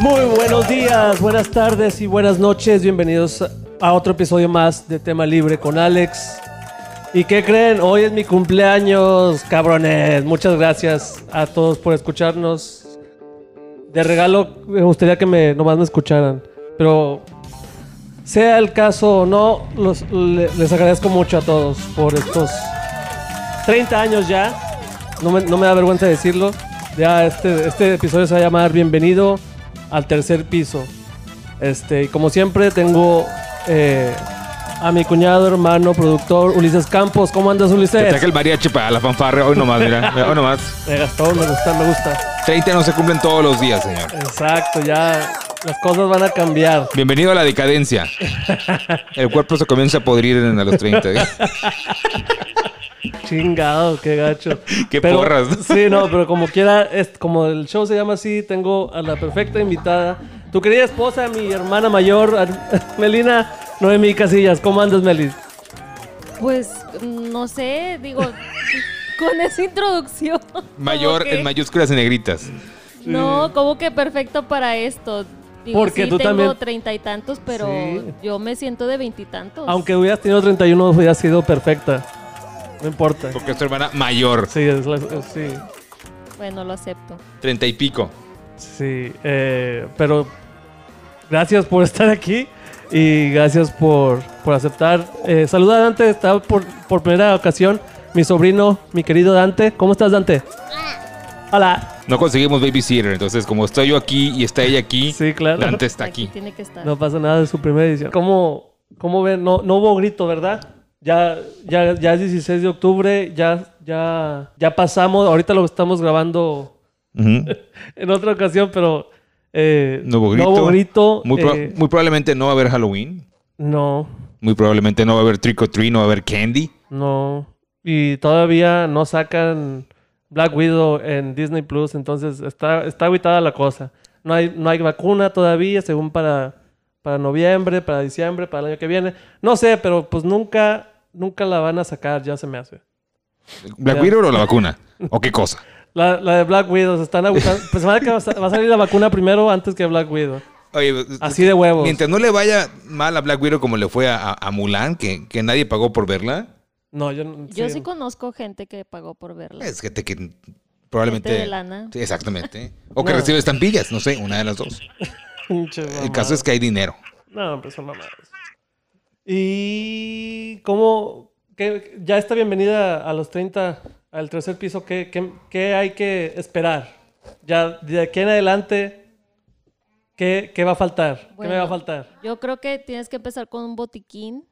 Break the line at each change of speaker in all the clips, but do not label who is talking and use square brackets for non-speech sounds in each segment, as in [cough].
Muy buenos días, buenas tardes y buenas noches. Bienvenidos a otro episodio más de Tema Libre con Alex. ¿Y qué creen? Hoy es mi cumpleaños, cabrones. Muchas gracias a todos por escucharnos. De regalo, me gustaría que me, nomás me escucharan. Pero sea el caso o no, los- le- les agradezco mucho a todos por estos 30 años ya. No me, no me da vergüenza decirlo. Ya este, este episodio se va a llamar Bienvenido al tercer piso. Este, y como siempre tengo eh, a mi cuñado, hermano, productor, Ulises Campos. ¿Cómo andas,
Te
Ulises?
traje el mariachi para la fanfarria hoy nomás, mira.
[laughs]
Hoy nomás.
Me gastó, me gusta, me gusta.
30 no se cumplen todos los días, señor.
Exacto, ya las cosas van a cambiar.
Bienvenido a la decadencia. El cuerpo se comienza a podrir en- a
[laughs]
los 30. ¿eh?
Chingado, qué gacho.
[laughs] Qué
Pero-
porras.
Sí, no, pero como quiera, es, como el show se llama así, tengo a la perfecta invitada. Tu querida esposa, mi hermana mayor, Ar- [laughs] Melina Noemí Casillas. ¿Cómo andas, Melis?
Pues no sé, digo, con esa introducción.
[laughs]
[laughs]
Mayor
como que-
en mayúsculas y negritas.
No, como que perfecto para esto. Digo,
Porque
sí,
tú
tengo
también-
treinta y tantos, pero
Sí.
yo me siento de veintitantos.
Aunque hubieras tenido 31, hubieras sido perfecta. No importa.
Porque es tu hermana mayor.
Sí, es la- es- sí.
Bueno, lo acepto.
30 y pico.
Sí, eh, pero gracias por [laughs] estar aquí y gracias por, por aceptar. Eh, saluda a Dante, está por, por primera ocasión mi sobrino, mi querido Dante. ¿Cómo estás, Dante? Hola.
No conseguimos babysitter. Entonces, como estoy yo aquí y está ella aquí,
Sí, claro.
Dante está aquí.
tiene que estar.
No pasa nada de su primera edición. ¿Cómo, cómo ven? No, no hubo grito, ¿verdad? Ya, ya, ya es 16 de octubre, ya, ya, ya pasamos. Ahorita lo estamos grabando
Ujú.
en otra ocasión, pero... eh,
No hubo grito.
grito,
Muy, pro-
eh,
muy probablemente no va a haber Halloween.
no.
Muy probablemente no va a haber trick or treat, no va a haber candy.
No. Y todavía no sacan Black Widow en Disney Plus, entonces está, está aguitada la cosa. No hay, no hay vacuna todavía, según para, para noviembre, para diciembre, para el año que viene. No sé, pero pues nunca, nunca la van a sacar, ya se me hace.
¿Black
Ya.
Widow o la vacuna? ¿O qué cosa?
La, la de Black Widow, se están agotando.
[laughs]
Pues va a, que va a sa- va a salir la vacuna primero antes que Black Widow.
Oye,
Así de huevos.
Mientras no le vaya mal a Black Widow como le fue a, a- a Mulan, que, que nadie pagó por verla,
No, yo, no-
Yo sí.
sí.
conozco gente que pagó por verla.
es gente que probablemente...
Gente de lana.
Sí, exactamente. O que
No.
recibe estampillas, no sé, una de las dos.
[laughs] Pinche
El caso es que hay dinero.
No, pero son mamadas. ¿Y cómo? qué- ya está bienvenida a los 30, al tercer piso. ¿Qué, qué, qué hay que esperar? Ya de aquí en adelante, ¿qué, qué va a faltar? ¿Qué me va a
Bueno.
faltar? [laughs]
Yo creo que tienes que empezar con un botiquín.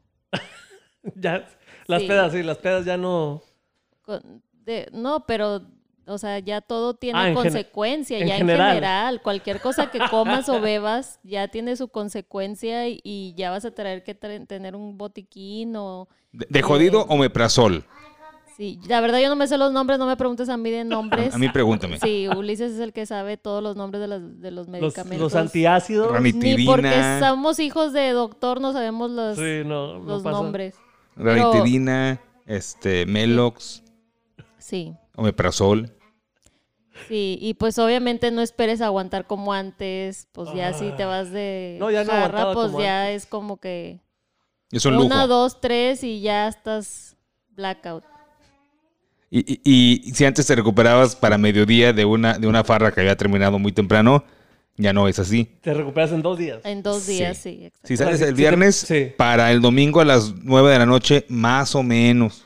Ya, las
Sí.
pedas, sí, las pedas ya no.
con- de- no, pero, o sea, ya todo tiene
Ah, en gen-
consecuencia,
en
ya
general.
en general. Cualquier cosa que
[laughs]
comas o bebas ya tiene su consecuencia y, y ya vas a tener que tre- tener un botiquín o...
¿De, de jodido
Eh.
o meprazol?
Sí, la verdad yo no me sé los nombres, no me preguntes a mí de nombres.
A mí pregúntame.
Sí, Ulises es el que sabe todos los nombres de, las- de los
Los,
medicamentos.
los antiácidos.
Ni porque
Ranitidina,
somos hijos de doctor no sabemos los,
Sí, no, no
los
pasa.
nombres. pero-
ranitidina, este, Melox,
Sí.
omeprazol.
Sí, y pues obviamente no esperes aguantar como antes, pues ya si te vas de
Ah. No, ya no aguantaba
pues
como
ya es como que
Es un
una,
lujo.
dos, tres y ya estás blackout.
Y, y- y si antes te recuperabas para mediodía de una, de una farra que había terminado muy temprano, ya no es así.
Te recuperas en dos días.
En dos
Sí.
días, sí, exacto.
Si sales
si-
el
si te-
viernes,
sí.
para el domingo a las 9 de la noche, más o menos.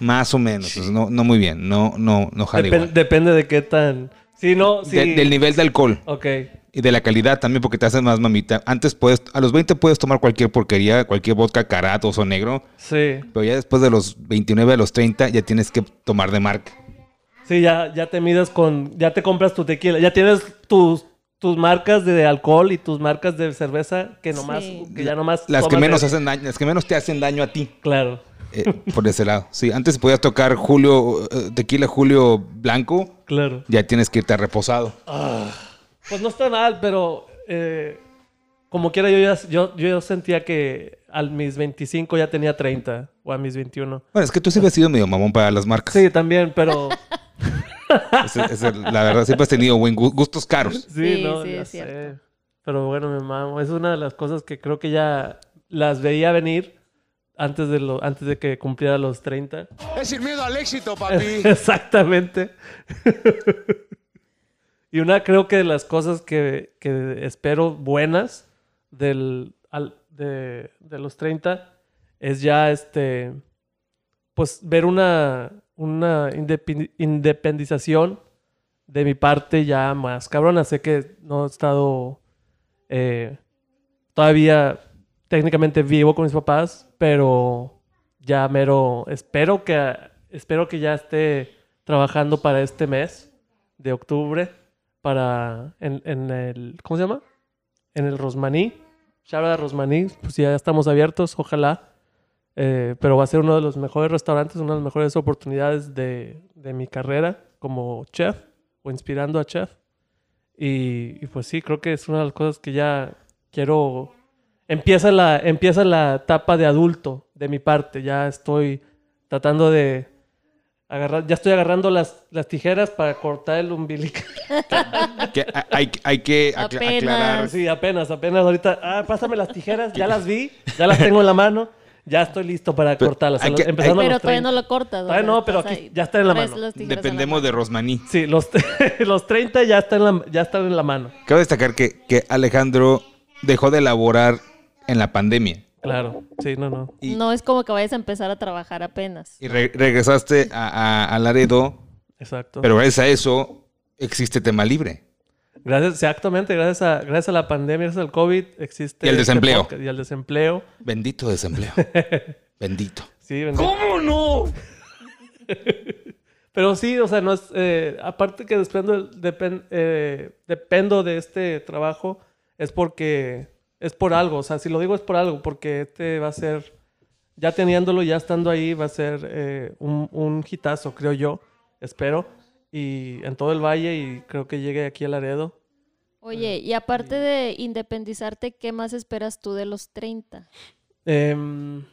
Más o menos. Entonces, no, no muy bien. No, no, no jala
Depen-
igual.
depende de qué tan. Sí, no, sí.
De- del nivel de alcohol
Ok.
y de la calidad también, porque te haces más mamita. Antes puedes, a los 20 puedes tomar cualquier porquería, cualquier vodka carato o negro,
Sí.
pero ya después de los 29 a los 30 ya tienes que tomar de marca.
Sí, ya, ya te mides con, ya te compras tu tequila, ya tienes tus, tus marcas de alcohol y tus marcas de cerveza que nomás,
Sí.
que ya nomás
Las que
tomas de-
menos hacen daño, las que menos te hacen daño a ti.
Claro.
eh, por ese lado. Sí, antes podías tocar Julio, eh, tequila Julio Blanco,
Claro.
ya tienes que irte a reposado.
Pues no está mal, pero eh, como quiera yo ya, yo, yo sentía que a mis 25 ya tenía 30 o a mis 21.
Bueno, es que tú siempre has sido medio mamón para las marcas.
Sí, también,
[laughs]
pero
Ese- ese- la verdad, siempre has tenido buen gu- gustos caros.
sí,
[laughs] Sí,
no,
sí,
ya
es
sé.
cierto.
Pero bueno, me mamo. Es una de las cosas que creo que ya las veía venir antes de, lo, antes de que cumpliera los 30.
Es sin miedo al éxito, papi.
[laughs] Exactamente. [laughs] y una creo que de las cosas que, que espero buenas del, al- de, de los 30 es ya este, pues ver una, una independi- independización de mi parte ya más cabrona. Sé que no he estado eh, todavía técnicamente vivo con mis papás, pero ya mero espero que espero que ya esté trabajando para este mes de octubre para en, en el ¿cómo se llama? En el Rosmaní. Charla de Rosmaní, pues ya estamos abiertos, ojalá. Eh, pero va a ser uno de los mejores restaurantes, una de las mejores oportunidades de, de mi carrera como chef o inspirando a chef. Y, y pues sí, creo que es una de las cosas que ya quiero. Empieza la, empieza la etapa de adulto de mi parte. Ya estoy tratando de agarrar, ya estoy agarrando las, las tijeras para cortar el umbilical. [laughs]
Que a- hay, hay que acla-
Apenas.
aclarar.
Sí, apenas, apenas ahorita. Ah, pásame las tijeras, ya las vi, ya las tengo en la mano, ya estoy listo para
Pero
cortarlas.
hay
a los-
que-
empezando a
Pero
los
todavía
30.
no lo cortas.
Todavía no, pero aquí ya está en la mano.
Dependemos de Rosmaní.
Sí, los, [laughs] los 30 ya están, en la, ya están en la mano.
Cabe destacar que, que Alejandro dejó de elaborar en la pandemia.
Claro, sí, no, no.
y-
No es como que vayas a empezar a trabajar apenas.
Y re- regresaste a, a- a Laredo,
Exacto.
pero gracias a eso existe tema libre.
Gracias, exactamente, gracias a, gracias a la pandemia, gracias al COVID, existe.
Y al
este
desempleo.
podcast y al desempleo. [laughs]
Bendito desempleo. Bendito.
Sí, bendito.
¿Cómo no?
[laughs] Pero sí, o sea, no es. eh, aparte que dependo, depen- eh, dependo de este trabajo, es porque. Es por algo, o sea, si lo digo es por algo, porque este va a ser. Ya teniéndolo, ya estando ahí, va a ser eh, un, un hitazo, creo yo. Espero. Y en todo el valle, y creo que llegue aquí a Laredo.
Oye, y aparte de independizarte, ¿qué más esperas tú de los 30?
Em,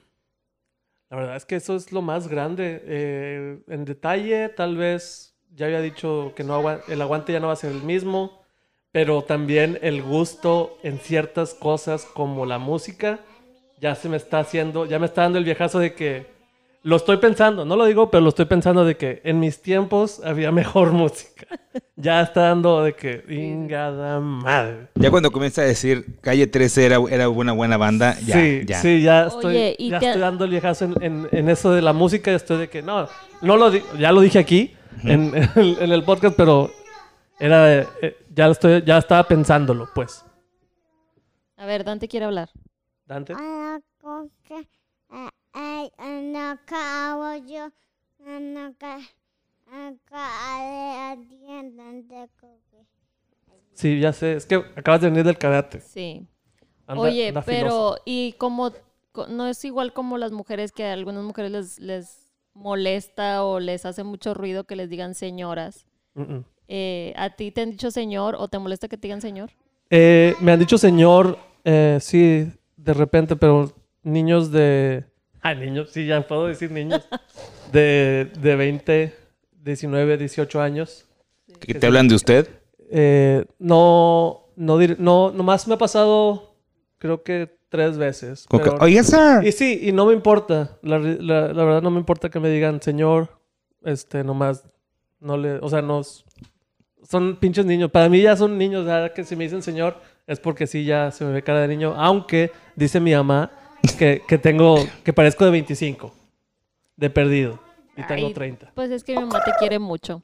la verdad es que eso es lo más grande. Eh, en detalle, tal vez ya había dicho que no agua- el aguante ya no va a ser el mismo, pero también el gusto en ciertas cosas como la música ya se me está haciendo, ya me está dando el viejazo de que lo estoy pensando, no lo digo, pero lo estoy pensando de que en mis tiempos había [laughs] mejor música. Ya está dando de que, ingada madre.
Ya cuando comienza a decir Calle 13 era, era una buena banda, ya,
sí,
ya.
sí, ya estoy,
Oye, ¿y
ya
te-
estoy dando el viejazo en, en- en eso de la música. ya Estoy de que no, no lo di- ya lo dije aquí en, [laughs] en el, en el podcast, pero era de- eh, ya lo estoy, ya estaba pensándolo, pues.
A ver, Dante quiere hablar.
Dante,
Ana coca, a- ay, ana caballo, ana ca, acá ale atiendan de coca.
sí, ya sé, es que acabas de venir del karate.
Sí.
Anda-
Oye,
anda filoso.
pero y como co- no es igual como las mujeres que a algunas mujeres les, les molesta o les hace mucho ruido que les digan señoras.
Mm, mm.
Eh, ¿A ti te han dicho señor o te molesta que te digan señor?
Eh, me han dicho señor, eh, sí, de repente, pero niños de. [laughs] Ah, niños, sí, ya puedo decir niños. De, de 20, 19, 18 años.
¿Que te hablan de usted?
Eh, no, no, dir- no, nomás me ha pasado, creo que tres veces.
Como que,
pero-
Oiga, sir.
y sí, y no me importa. La, re- la- la verdad no me importa que me digan, señor, este, nomás, no le, o sea, no, s- son pinches niños. Para mí ya son niños, ya que si me dicen señor es porque sí, ya se me ve cara de niño. Aunque dice mi mamá que, que tengo, que parezco de 25, de perdido, y tengo
Ay,
30.
Pues es que mi mamá te quiere mucho.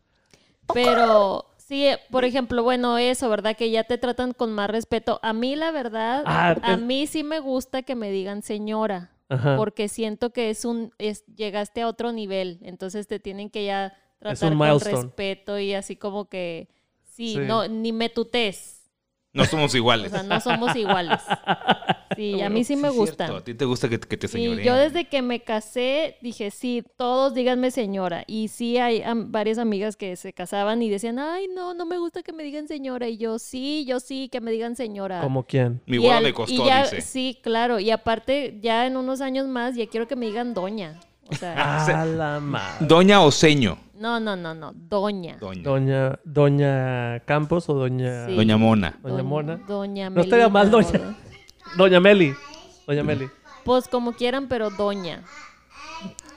Pero sí, eh, por ejemplo, bueno, eso, ¿verdad? Que ya te tratan con más respeto. A mí, la verdad,
Ah,
a
es-
mí sí me gusta que me digan señora.
Ajá.
Porque siento que es un, es, llegaste a otro nivel. Entonces te tienen que ya tratar
un
con
milestone.
respeto y así como que, sí,
Sí.
no, ni me tutees.
No somos
O
iguales.
sea, no somos
[laughs]
iguales. Sí, a mí sí me gusta.
Cierto, A ti te gusta que, que te
Sí,
señoreen.
yo desde que me casé dije, sí, todos díganme señora. Y sí hay am- varias amigas que se casaban y decían, ay, no, no me gusta que me digan señora. Y yo, sí, yo sí, que me digan señora.
¿Como quién?
Mi
Y
boda
al-
me
y
costó,
ya-
dice.
Sí, claro. Y aparte, ya en unos años más ya quiero que me digan doña. O O
[laughs] Ah.
sea,
A Ah, la madre.
Doña Oseño.
no, no, no, no. Doña.
Doña.
Doña, doña Campos o doña.
Sí.
Doña Mona.
Doña Mona.
Doña
No estaría
Melina,
mal, doña.
¿verdad?
[laughs] Doña Meli. Doña [laughs] Meli.
Pues como quieran, pero doña.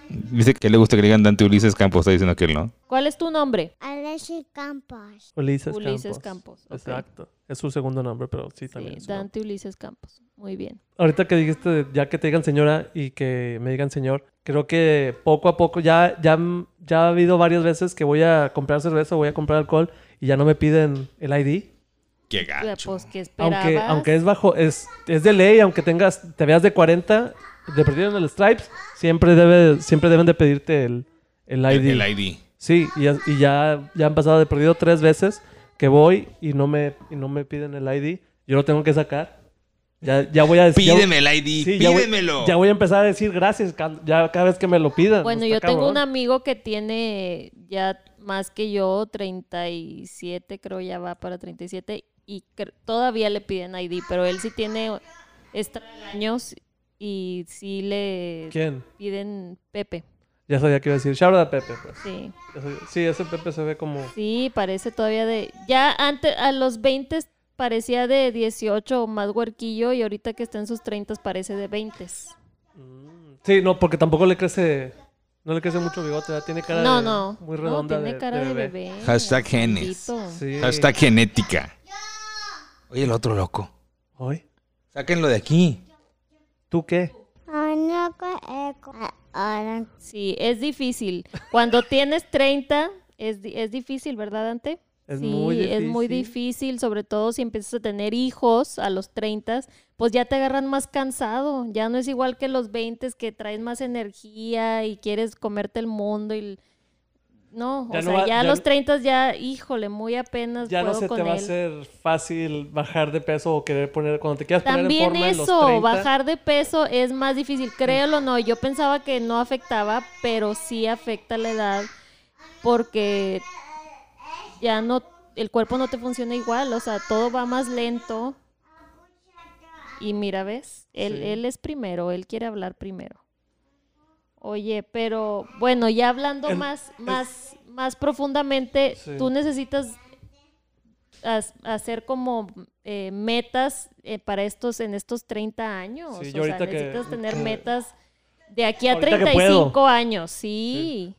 Dice que le gusta que le digan Dante Ulises Campos, está diciendo aquel, ¿no?
¿Cuál es tu nombre?
Alexi Campos.
Ulises,
Ulises
Campos.
Campos, ok.
Exacto. Es su segundo nombre, pero sí también.
Sí,
es su nombre.
Dante Ulises Campos. Muy bien.
Ahorita que dijiste, de- ya que te digan señora y que me digan señor, creo que poco a poco ya, ya, ya ha habido varias veces que voy a comprar cerveza, voy a comprar alcohol y ya no me piden el ID.
Qué gacho.
Pues que esperabas.
Aunque, aunque es bajo, es, es de ley, aunque tengas, te veas de 40, de perdido en el Stripes, siempre, debe, siempre deben de pedirte el, el ID.
El, el ID.
Sí, y, ya- y ya, ya han pasado de perdido tres veces que voy y no me, y no me piden el ID. Yo lo tengo que sacar. Ya, ya voy a decir. ya-
Pídeme el ID.
Sí, ya voy- Ya
pídemelo.
voy, a empezar a decir gracias ca- ya cada vez que me lo [laughs] pidan.
Bueno,
Está
yo tengo
cabrón.
un amigo que tiene ya más que yo, 37, creo ya va para 37, y cre- todavía le piden ID, pero él sí tiene extraños y sí le
¿Quién?
piden Pepe.
Ya sabía que iba a decir. Shout out a Pepe. pues.
Sí.
Ya sabía- Sí, ese Pepe se ve como.
sí, parece todavía de... Ya antes, a los 20 parecía de 18 o más huerquillo y ahorita que está en sus 30 parece de 20.
Sí, no, porque tampoco le crece. No le crece mucho bigote, ¿verdad? Tiene cara
No,
de-
no.
muy
No,
redonda.
tiene
de-
cara de bebé.
Hashtag genes.
Maldito.
Sí.
Hashtag genética. Oye, el otro loco.
Ay,
Sáquenlo de aquí.
¿Tú qué?
Anoka Eco. eh, Ahora
Sí, es difícil. Cuando tienes 30, es, di- es difícil, ¿verdad, Dante?
Es
sí,
muy
es muy
difícil.
difícil, sobre todo si empiezas a tener hijos a los 30, pues ya te agarran más cansado, ya no es igual que los 20 que traes más energía y quieres comerte el mundo y el- no,
Ya
o
no
sea,
va-
ya a
ya
los
no-
30 ya, híjole, muy apenas
Ya no
puedo
se
con
te va a
él.
hacer fácil bajar de peso o querer poner. Cuando te quieras poner en
También
forma en los
eso,
30,
bajar de peso es más difícil, créelo o no. Yo pensaba que no afectaba, pero sí afecta la edad porque ya no, el cuerpo no te funciona igual, o sea, todo va más lento. Y mira, ¿ves? Él,
Sí.
él es primero, él quiere hablar primero. Oye, pero bueno, ya hablando
El-
más, más, más profundamente,
Sí.
tú necesitas as- hacer como eh, metas eh, para estos en estos 30 años.
Sí,
o
yo
sea,
ahorita que- [clears throat]
necesitas tener
que-
metas de aquí a
Ahorita que
35
puedo.
años, sí.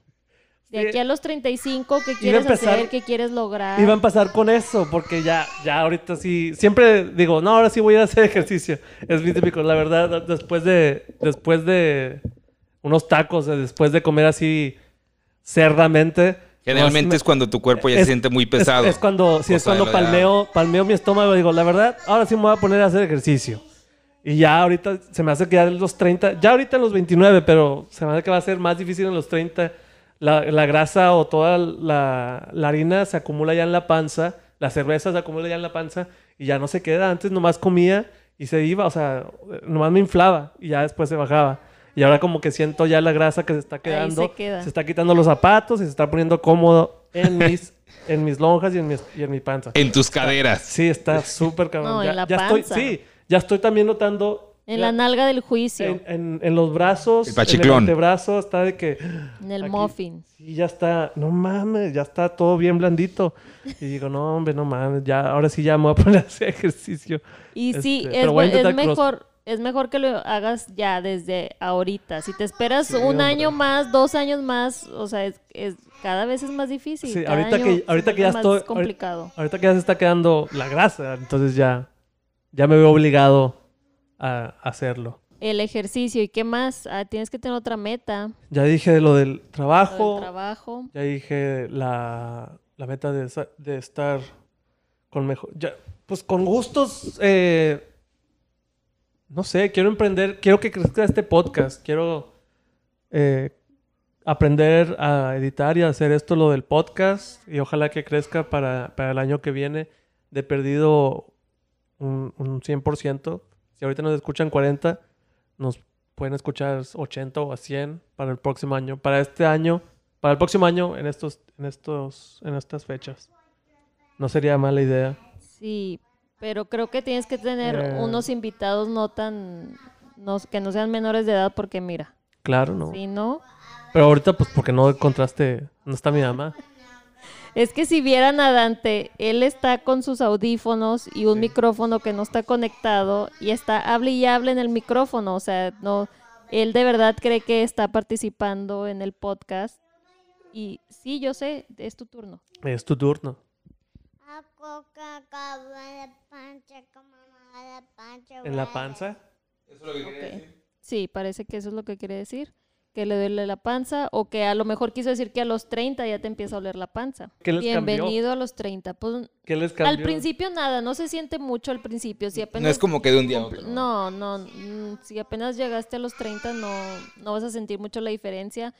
Sí.
De aquí a los 35, ¿qué
Iba a
quieres
empezar-
hacer? ¿Qué quieres lograr?
Iba a pasar con eso, porque ya, ya ahorita sí, siempre digo, no, ahora sí voy a ir a hacer ejercicio. Es mi típico, la verdad, después de, después de unos tacos, eh, después de comer así cerdamente.
Generalmente
más
es cuando tu cuerpo ya
Es-
se siente muy
me- es,
pesado.
es cuando, sí,
O
es
sea,
cuando
lo de la-
palmeo, palmeo mi estómago, digo, la verdad, ahora sí me voy a poner a hacer ejercicio. Y ya ahorita se me hace que ya en los 30, ya ahorita en los 29, pero se me hace que va a ser más difícil en los 30. La, la grasa o toda la, la harina se acumula ya en la panza, la cerveza se acumula ya en la panza y ya no se queda. Antes nomás comía y se iba, o sea, nomás me inflaba y ya después se bajaba. Y ahora como que siento ya la grasa que se está quedando.
queda.
se está quitando los zapatos y se está poniendo cómodo en
[laughs]
mis, en mis lonjas y en mi, y en mi panza.
En tus caderas.
Sí,
[laughs]
está súper cabrón.
No, en
ya,
la
ya estoy,
panza.
sí, ya estoy también notando
En
ya-
la nalga del juicio,
en, en- en los brazos,
El
en el
pachiclón.
antebrazo, está de que
en el
aquí.
muffin.
sí, ya está, no mames, ya está todo bien blandito. Y digo, no, hombre, no mames, ya, ahora sí ya me voy a poner a hacer ejercicio.
Y sí,
Este,
es,
pero voy a
bu- es
intentar cross-
mejor, es mejor que lo hagas ya desde ahorita. Si te esperas
Sí,
un
hombre.
año más, dos años más, o sea, es, es- cada vez es más difícil.
Sí,
cada
ahorita
año
que-
se
ahorita que ya
vuelve más
estoy- ahori-
complicado.
Ahorita que ya se está quedando la grasa, entonces ya, ya me veo obligado a hacerlo.
El ejercicio, ¿y qué más? Ah, tienes que tener otra meta.
Ya dije lo del
lo del
trabajo,
trabajo.
ya dije la, la meta de, sa- de estar con mejor. ya- pues con gustos. eh, no sé, quiero emprender. Quiero que crezca este podcast. Quiero eh, aprender a editar y a hacer esto, lo del podcast. Y ojalá que crezca para, para el año que viene. De perdido un, un 100%. Si ahorita nos escuchan 40, nos pueden escuchar 80 o a 100 para el próximo año. Para este año, para el próximo año en estos, en estos, en estas fechas. No sería mala idea.
Sí, pero creo que tienes que tener
Eh.
unos invitados no tan, no- que no sean menores de edad, porque mira,
Claro, no.
si no,
Pero ahorita, pues, porque no encontraste. No está mi mamá.
Es que si vieran a Dante, él está con sus audífonos y un micrófono que no está conectado y está hable y hable en el micrófono. O sea, no, él de verdad cree que está participando en el podcast. Y sí, yo sé, es tu turno.
Es tu turno.
Ako kakaba la pancha, kamama la pancha.
¿En la panza?
Sí, parece que eso es lo que quiere decir. Que le duele la panza o que a lo mejor quiso decir que a los 30 ya te empieza a oler la panza.
¿Qué les cambió?
Bienvenido a los 30. Pues,
¿Qué les cambió?
al principio nada, no se siente mucho al principio. Si apenas
No es como que de un día a otro.
No, no, mm, si apenas llegaste a los 30 no, no vas a sentir mucho la diferencia.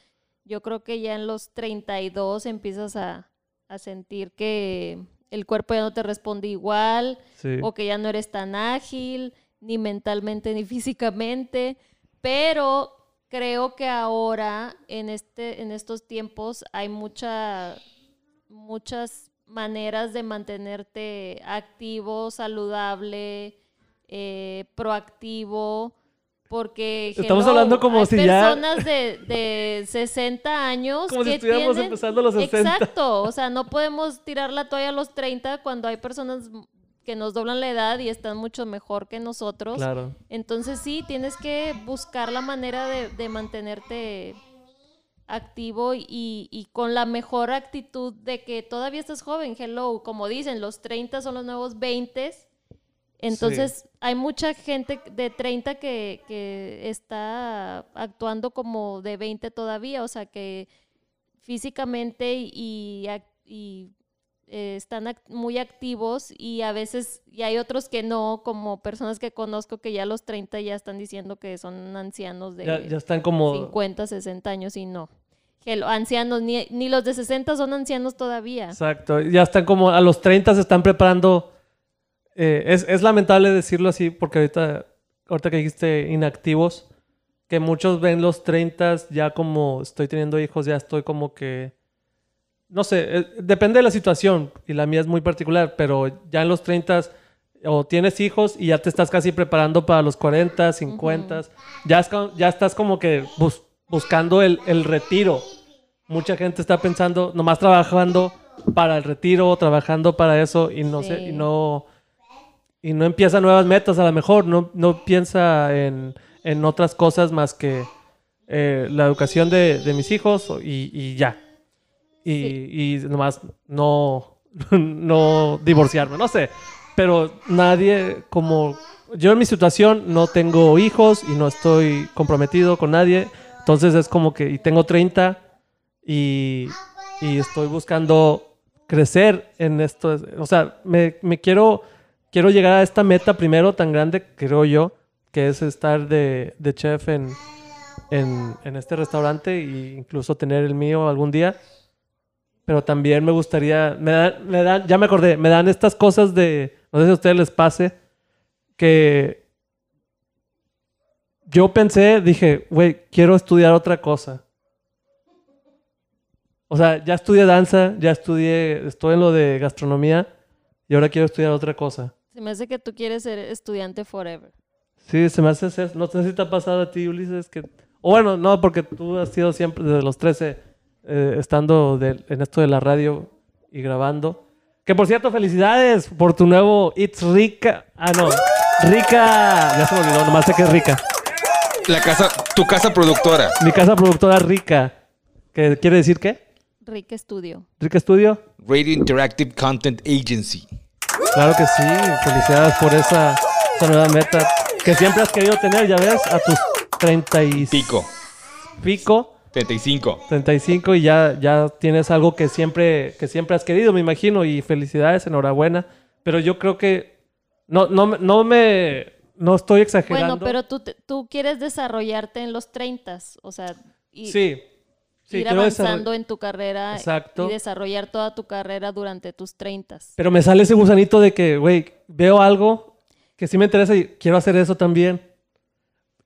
Yo creo que ya en los 32 empiezas a, a sentir que el cuerpo ya no te responde igual
Sí.
o que ya no eres tan ágil, ni mentalmente ni [laughs] físicamente, pero creo que ahora en este en estos tiempos hay mucha muchas maneras de mantenerte activo, saludable, eh, proactivo, porque
Estamos hablando como
hay
si ya-
personas de, de 60 años
Como si
que
estuviéramos
tienen-
empezando los 60.
Exacto, o sea, no podemos tirar la toalla a los 30 cuando hay personas que nos doblan la edad y están mucho mejor que nosotros.
Claro.
Entonces sí, tienes que buscar la manera de, de mantenerte activo y, y con la mejor actitud de que todavía estás joven, hello, como dicen, los 30 son los nuevos 20. Entonces hay mucha gente de 30 que, que está actuando como de 20 todavía, o sea que físicamente y, ac- y, eh, están ac- muy activos y a veces, y hay otros que no, como personas que conozco que ya a los 30 ya están diciendo que son ancianos de
Ya, ya están como.
50, 60 años y no. Hello, ancianos, ni, ni los de 60 son ancianos todavía.
Exacto. Ya están como. A los 30 se están preparando. eh, es, es lamentable decirlo así, porque ahorita. Ahorita que dijiste inactivos. Que muchos ven los 30 ya como estoy teniendo hijos, ya estoy como que. No sé, eh, depende de la situación. Y la mía es muy particular, pero ya en los 30 o tienes hijos y ya te estás casi preparando para los 40, 50. ya, es co- ya estás como que bus- buscando el, el retiro. Mucha gente está pensando, nomás trabajando para el retiro, trabajando para eso y no sé,
Sí.
y no y no empieza nuevas metas a lo mejor, no, no piensa en, en otras cosas más que eh, la educación de, de mis hijos o- y, y ya. Y, y nomás no, [laughs] no divorciarme, no sé. Pero nadie como... Yo en mi situación no tengo hijos y no estoy comprometido con nadie. Entonces es como que... Y tengo 30 y, y estoy buscando crecer en esto. O sea, me, me quiero, quiero llegar a esta meta primero tan grande, creo yo, que es estar de, de chef en, en, en este restaurante e incluso tener el mío algún día. Pero también me gustaría, me dan, me dan- ya me acordé, me dan estas cosas de, no sé si a ustedes les pase, que yo pensé, dije, güey, quiero estudiar otra cosa. O sea, ya estudié danza, ya estudié, estoy en lo de gastronomía y ahora quiero estudiar otra cosa.
Se me hace que tú quieres ser estudiante forever.
Sí, se me hace ser, no sé si te ha pasado a ti, Ulises, que... O bueno, no, porque tú has sido siempre desde los 13, eh, estando de- en esto de la radio y grabando. Que por cierto, felicidades por tu nuevo It's Rica. Ah, no, Rica. Ya se me olvidó, nomás sé que es Rica.
La casa, tu casa productora.
Mi casa productora Rica. ¿Qué quiere decir qué?
Rick Estudio.
¿Rica Studio?
Radio Interactive Content Agency.
Claro que sí, felicidades por esa, esa nueva meta que siempre has querido tener, ya ves, a tus 30 y
Pico.
pico,
35.
35 y ya, ya tienes algo que siempre, que siempre has querido, me imagino, y felicidades, enhorabuena. Pero yo creo que no, no, me- no me, no estoy exagerando.
Bueno, pero tú, te- tú quieres desarrollarte en los 30, o sea, y
sí, sí,
ir
quiero desarroll-
avanzando en tu carrera
Exacto.
y desarrollar toda tu carrera durante tus 30.
Pero me sale ese gusanito de que, güey, veo algo que sí me interesa y quiero hacer eso también.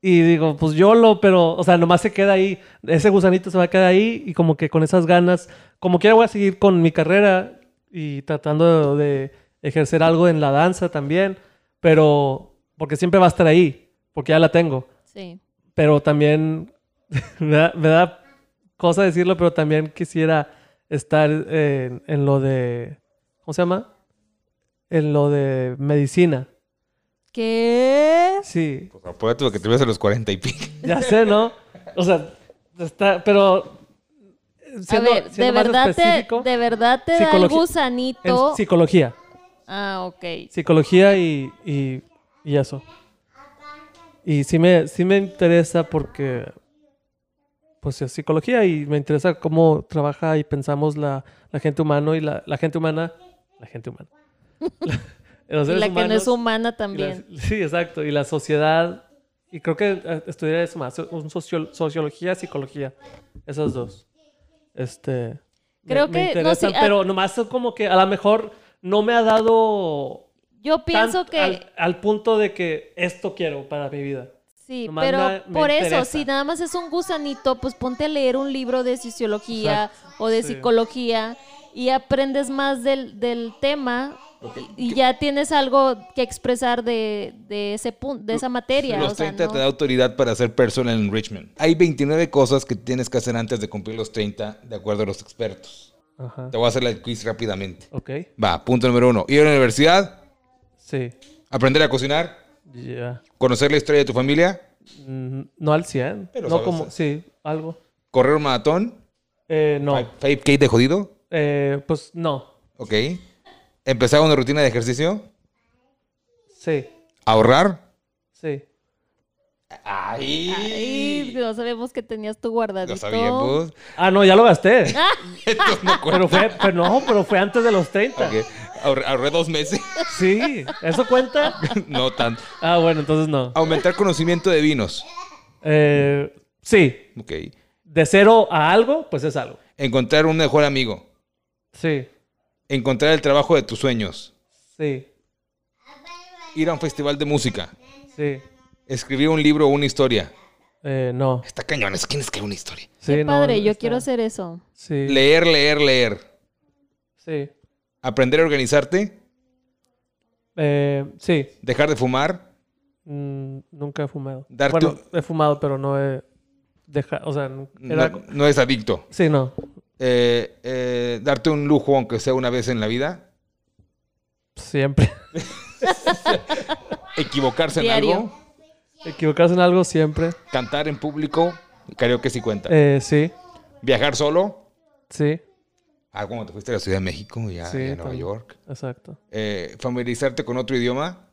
Y digo, pues yo lo, pero, o sea, nomás se queda ahí. Ese gusanito se va a quedar ahí y como que con esas ganas, como quiera voy a seguir con mi carrera y tratando de, de ejercer algo en la danza también, pero porque siempre va a estar ahí, porque ya la tengo.
Sí.
[laughs] Pero también me da, me da cosa decirlo, pero también quisiera estar en, en lo de. ¿Cómo se llama? En lo de medicina.
¿Qué?
Sí,
Pues apúrate porque te ves a los 40 y pico.
ya sé, ¿no? O sea, está, pero. siendo-
a ver, de
siendo más
verdad, te,
específico,
de verdad te da el
psicología- en
gusanito.
psicología.
Ah, ok.
Psicología y, y, y eso. Y sí me, sí me interesa porque, pues es psicología y me interesa cómo trabaja y pensamos la, la gente humano y la, la gente humana, la gente
[laughs]
humana. Los
Y
seres
la que no
humanos
es humana
y la-
también.
sí, exacto. Y la sociedad, y creo que eh, estudiaría eso más, un socio- sociología, psicología, esas dos. Este, me-
Creo
me
que- no,
interesan,
sí, ah a-
pero nomás es como que a lo mejor no me ha dado
Yo pienso
tan-
que
al, al punto de que esto quiero para mi vida.
sí,
nomás
pero
na- me
por eso,
interesa.
si nada más es un gusanito, pues ponte a leer un libro de sociología
Exacto,
o de
sí.
psicología y aprendes más del, del tema y, y ya tienes algo que expresar de, de ese punto, de esa materia.
Los
o sea,
30
no-
te da autoridad para hacer personal enrichment. Hay 29 cosas que tienes que hacer antes de cumplir los 30, de acuerdo a los expertos.
Ajá.
Te voy a hacer el quiz rápidamente.
Ok,
Va, punto número uno. Ir a la universidad,
sí.
aprender a cocinar,
Ya.
conocer la historia de tu familia,
Mm, No al 100.
Pero
no
sabes
como,
hacer.
sí, algo.
correr un maratón,
Eh, no.
5K de jodido,
Eh, pues no.
ok. Empezar una rutina de ejercicio,
Sí,
ahorrar.
sí.
Ay, no sabemos que tenías tu guardadito.
Lo sabíamos.
Ah, no, ya lo gasté.
[laughs]
[laughs]
Entonces no cuenta.
Pero fue, pero no, pero fue antes de los 30.
Ok. Ahorré, ahorré dos meses. [laughs]
Sí, ¿eso cuenta?
no tanto.
Ah, bueno, entonces no.
Aumentar conocimiento de vinos.
Eh, sí,
Ok.
de cero a algo, pues es algo.
Encontrar un mejor amigo.
Sí,
Encontrar el trabajo de tus sueños.
sí,
Ir a un festival de música.
sí.
Escribir un libro o una historia.
Eh, no.
Está cañón. es- ¿Quién escribe una historia?
Sí,
Qué
no,
padre, yo
está-
quiero hacer eso.
Sí,
Leer, leer, leer.
sí.
Aprender a organizarte.
Eh, sí,
Dejar de fumar.
Mm, nunca he fumado.
Dar
bueno,
tu-
he fumado, pero no he dejado, o sea, nu-
No,
era-
no es adicto.
sí, no,
Eh, eh, darte un lujo, aunque sea una vez en la vida.
siempre. [laughs]
Equivocarse en
Diario.
algo.
Equivocarse en algo siempre.
Cantar en público. Creo que sí cuenta.
Eh, sí,
Viajar solo.
sí,
Ah, como te fuiste a la Ciudad de México y a,
Sí,
y a Nueva
también.
York.
exacto.
Eh, familiarizarte con otro idioma.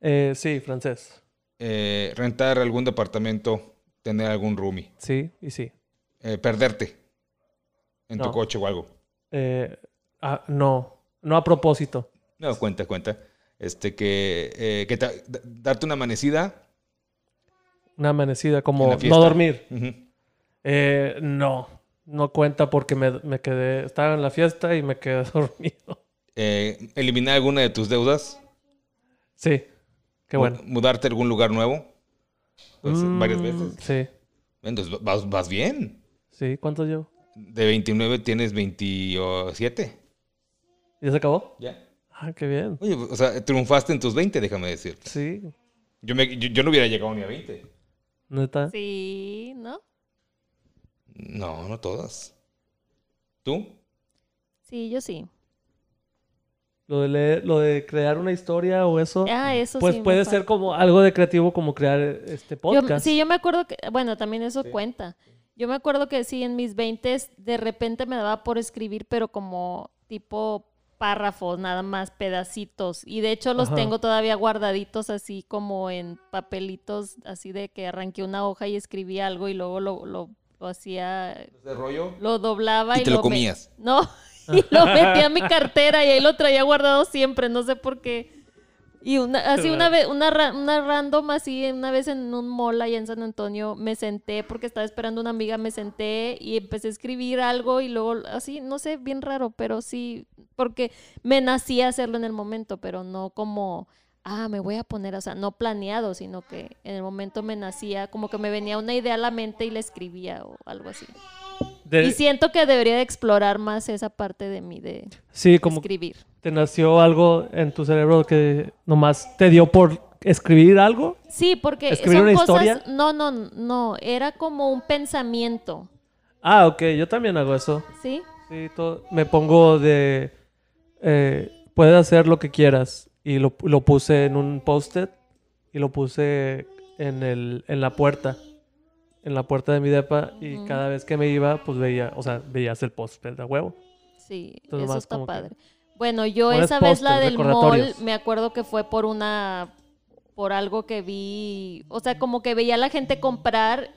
Eh, sí, francés.
eh, rentar algún departamento. Tener algún roomie.
Sí y sí.
eh, perderte. En tu
No.
coche o algo.
Eh, ah, no, no a propósito.
No, cuenta, cuenta. Este, que, eh, que ta- da- darte una amanecida.
Una amanecida,
En
como
la fiesta.
no dormir.
Ujú.
Eh, no, no cuenta porque me, me quedé, estaba en la fiesta y me quedé [laughs] dormido.
Eh, eliminar alguna de tus deudas.
Sí, qué
Mu-
bueno.
Mudarte a algún lugar nuevo. Pues, Varias
Mm,
veces.
Sí,
Entonces vas, vas bien.
sí, ¿cuánto llevo?
De 29 tienes 27.
¿Ya se acabó?
Ya.
Ah, qué bien.
Oye, o sea, triunfaste en tus 20, déjame decir.
Sí,
Yo, me- yo, yo no hubiera llegado ni a 20.
neta.
Sí, ¿no?
No, no todas. ¿Tú?
Sí, yo sí.
Lo de leer- lo de crear una historia o eso.
Ah, eso
pues
sí me
puede
falta.
ser como algo de creativo como crear este
Yo-
podcast.
sí, yo me acuerdo que, bueno, también eso cuenta. Yo me acuerdo que sí, en mis 20 de repente me daba por escribir, pero como tipo párrafos, nada más, pedacitos. Y de hecho los
Ajá.
tengo todavía guardaditos así como en papelitos, así de que arranqué una hoja y escribí algo y luego lo, lo- lo hacía,
¿De rollo?
lo doblaba
Y
y,
te lo
me-
comías.
no, [laughs] y lo metía en mi cartera y ahí lo traía guardado siempre, no sé por qué. Y una, así una vez, una, ra- una random así, una vez en un mall allá en San Antonio, me senté porque estaba esperando una amiga, me senté y empecé a escribir algo y luego así, no sé, bien raro, pero sí, porque me nacía hacerlo en el momento, pero no como, ah, me voy a poner, o sea, no planeado, sino que en el momento me nacía, como que me venía una idea a la mente y la escribía o algo así.
De-
Y siento que debería de explorar más esa parte de mí de
sí, como
escribir.
te nació algo en tu cerebro que nomás te dio por escribir algo.
Sí, porque
¿Escribir
son
una
cosas.
historia?
No, no, no. Era como un pensamiento.
Ah, ok, yo también hago eso.
¿Sí?
Sí, to- me pongo de... eh, puedes hacer lo que quieras. Y lo, lo puse en un post-it y lo puse en, el, en la puerta. En la puerta de mi depa. Y
Ujú.
cada vez que me iba, pues veía, o sea, veías el post-it de huevo.
Sí,
Entonces,
eso
más
está
como que-
padre. Bueno, yo
Pones
esa vez la
pósters,
del mall
recordatorios.
me acuerdo que fue por una por algo que vi, o sea, como que veía a la gente comprar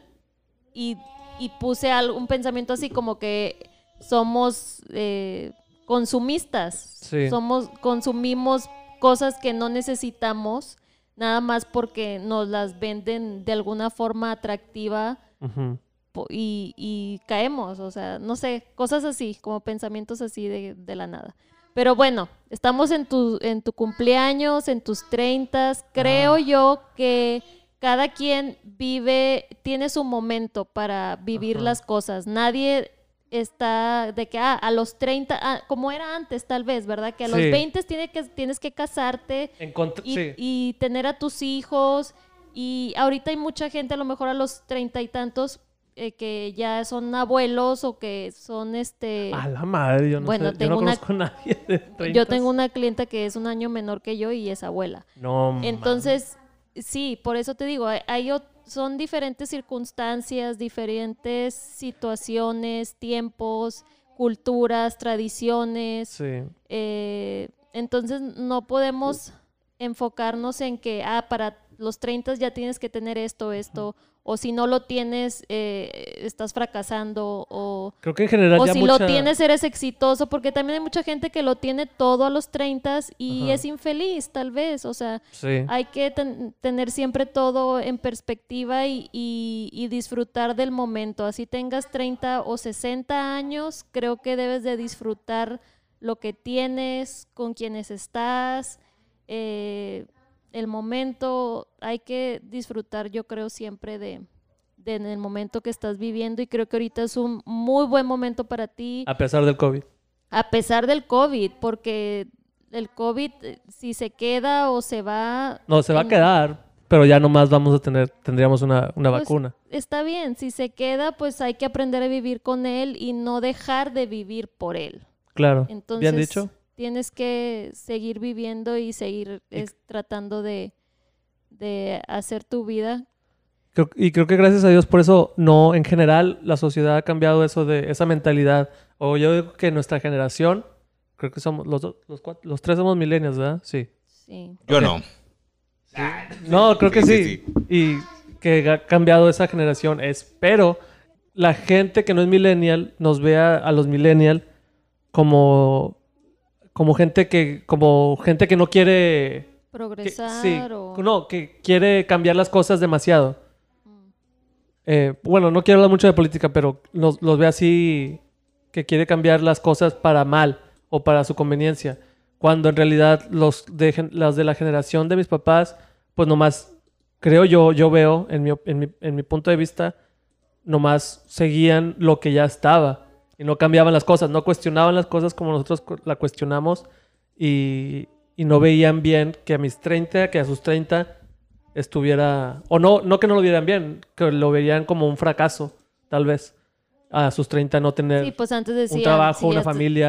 y, y puse al- un pensamiento así como que somos eh, consumistas,
Sí.
somos consumimos cosas que no necesitamos nada más porque nos las venden de alguna forma atractiva
Ujú.
po- y, y caemos, o sea, no sé, cosas así, como pensamientos así de, de la nada. Pero bueno, estamos en tu, en tu cumpleaños, en tus treintas, creo yo que cada quien vive, tiene su momento para vivir
Ajá.
las cosas, nadie está de que ah, a los 30, ah, como era antes tal vez, ¿verdad? Que a los
Sí.
20 tiene que, tienes que casarte,
Encont-
y,
sí.
y tener a tus hijos. Y ahorita hay mucha gente, a lo mejor a los treinta y tantos, eh, que ya son abuelos o que son este.
A la madre, yo no,
Bueno,
sé, yo
tengo
no
una-
conozco a nadie de 30.
Yo tengo una clienta que es un año menor que yo y es abuela.
No,
Entonces, sí, por eso te digo, hay, hay ot- son diferentes circunstancias, diferentes situaciones, tiempos, culturas, tradiciones.
mames. Sí.
Eh, entonces no podemos enfocarnos en que, ah, para los 30 ya tienes que tener esto, esto, o si no lo tienes, eh, estás fracasando, o,
Creo que en general
o
ya
si
mucha-
lo tienes, eres exitoso, porque también hay mucha gente que lo tiene todo a los 30 y
Ajá.
es infeliz, tal vez, o sea,
Sí.
hay que ten- tener siempre todo en perspectiva y, y- y disfrutar del momento. Así tengas 30 o 60 años, creo que debes de disfrutar lo que tienes, con quienes estás, eh, el momento. Hay que disfrutar, yo creo, siempre de, de en el momento que estás viviendo y creo que ahorita es un muy buen momento para ti.
A pesar del COVID.
A pesar del COVID, porque el COVID, eh, si se queda o se va...
No, se va a
en-
quedar, pero ya nomás vamos a tener, tendríamos una, una
Pues,
vacuna.
Está bien, si se queda, pues hay que aprender a vivir con él y no dejar de vivir por él.
Claro.
Entonces,
Bien dicho.
tienes que seguir viviendo y seguir
Y-
es, tratando de, de hacer tu vida.
Creo- y creo que gracias a Dios por eso, no, en general, la sociedad ha cambiado eso de esa mentalidad. O yo digo que nuestra generación, creo que somos los dos, los, cuatro- los tres somos millennials, ¿verdad? Sí.
Sí.
Yo
Ok.
no.
No, creo que sí.
sí,
Y que ha cambiado esa generación. Espero la gente que no es millennial nos vea a los millennial como como gente que como gente que no quiere que-
Progresar
sí,
o... Mm.
no que quiere cambiar las cosas demasiado. Eh, bueno, no quiero hablar mucho de política, pero los, los ve así que quiere cambiar las cosas para mal o para su conveniencia. Cuando en realidad los de, gen- las de la generación de mis papás, pues nomás, creo yo, yo veo, en mi, op- en mi, en mi punto de vista, nomás seguían lo que ya estaba y no cambiaban las cosas, no cuestionaban las cosas como nosotros cu- la cuestionamos y, y no veían bien que a mis 30, que a sus 30 estuviera, o no, no que no lo vieran bien, que lo veían como un fracaso, tal vez, a sus 30 no tener
Sí, pues antes
un
decía...
trabajo, una
familia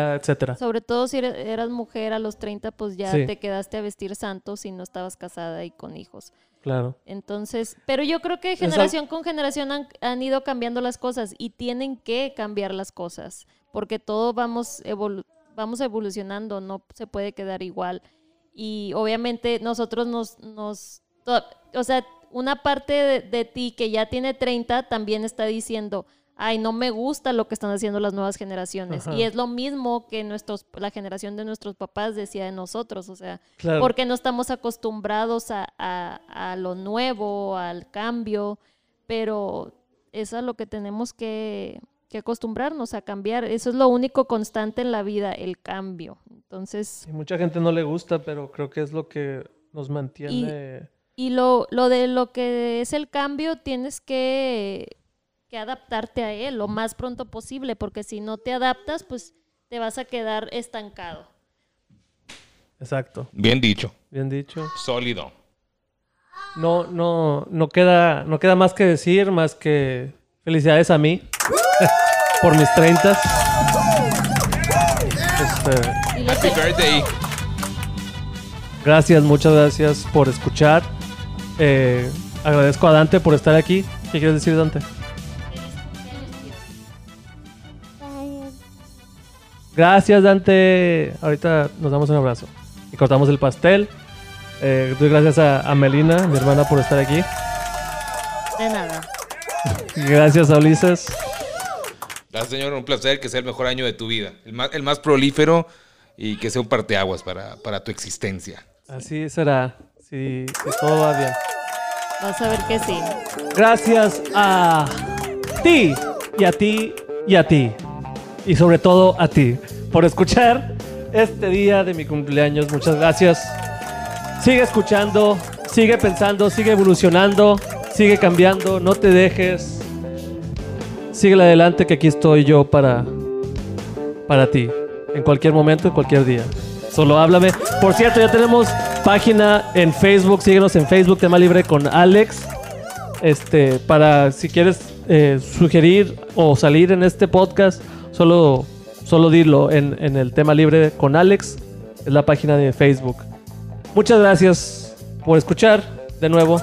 familia, etcétera.
Sobre todo si eres- eras mujer a los 30, pues ya
Sí.
te quedaste a vestir santo si no estabas casada y con hijos.
Claro.
Entonces, pero yo creo que
Esa-
generación con generación han, han ido cambiando las cosas y tienen que cambiar las cosas, porque todos vamos, evolu- vamos evolucionando, no se puede quedar igual. Y obviamente nosotros nos... nos to- o sea, una parte de, de ti que ya tiene 30 también está diciendo, ay, no me gusta lo que están haciendo las nuevas generaciones.
Ajá.
Y es lo mismo que nuestros, la generación de nuestros papás decía de nosotros, o sea,
Claro.
porque no estamos acostumbrados a, a- a lo nuevo, al cambio, pero eso es lo que tenemos que, que acostumbrarnos a cambiar. Eso es lo único constante en la vida, el cambio. Entonces,
Y mucha gente no le gusta, pero creo que es lo que nos mantiene.
y lo, lo de lo que es el cambio, tienes que, que adaptarte a él lo más pronto posible, porque si no te adaptas, pues te vas a quedar estancado.
Exacto.
Bien dicho.
Bien dicho.
Sólido.
No, no, no queda, no queda más que decir, más que felicidades a mí. [laughs] por mis 30. Este,
Y le
Happy
pe-
birthday.
gracias, muchas gracias por escuchar. Eh, agradezco a Dante por estar aquí. ¿Qué quieres decir, Dante?
Bye.
Gracias, Dante. Ahorita nos damos un abrazo y cortamos el pastel. Eh, doy gracias a, a Melina, mi hermana, por estar aquí.
De nada.
Y Gracias a Ulises.
Gracias, señor. Un placer que sea el mejor año de tu vida. El más, el más prolífero y que sea un parteaguas para, para tu existencia.
Así será, si, si todo va bien.
Vas a ver que sí.
Gracias a ti y a ti y a ti. Y sobre todo a ti por escuchar este día de mi cumpleaños. Muchas gracias. Sigue escuchando, sigue pensando, sigue evolucionando, sigue cambiando. No te dejes. Sigue adelante que aquí estoy yo para, para ti. En cualquier momento, en cualquier día. Solo háblame. Por cierto, ya tenemos página en Facebook. Síguenos en Facebook, tema libre con Alex este, para si quieres eh, sugerir o salir en este podcast, solo, solo dilo en, en el tema libre con Alex, es la página de Facebook. Muchas gracias por escuchar de nuevo.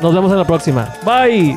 Nos vemos en la próxima. Bye.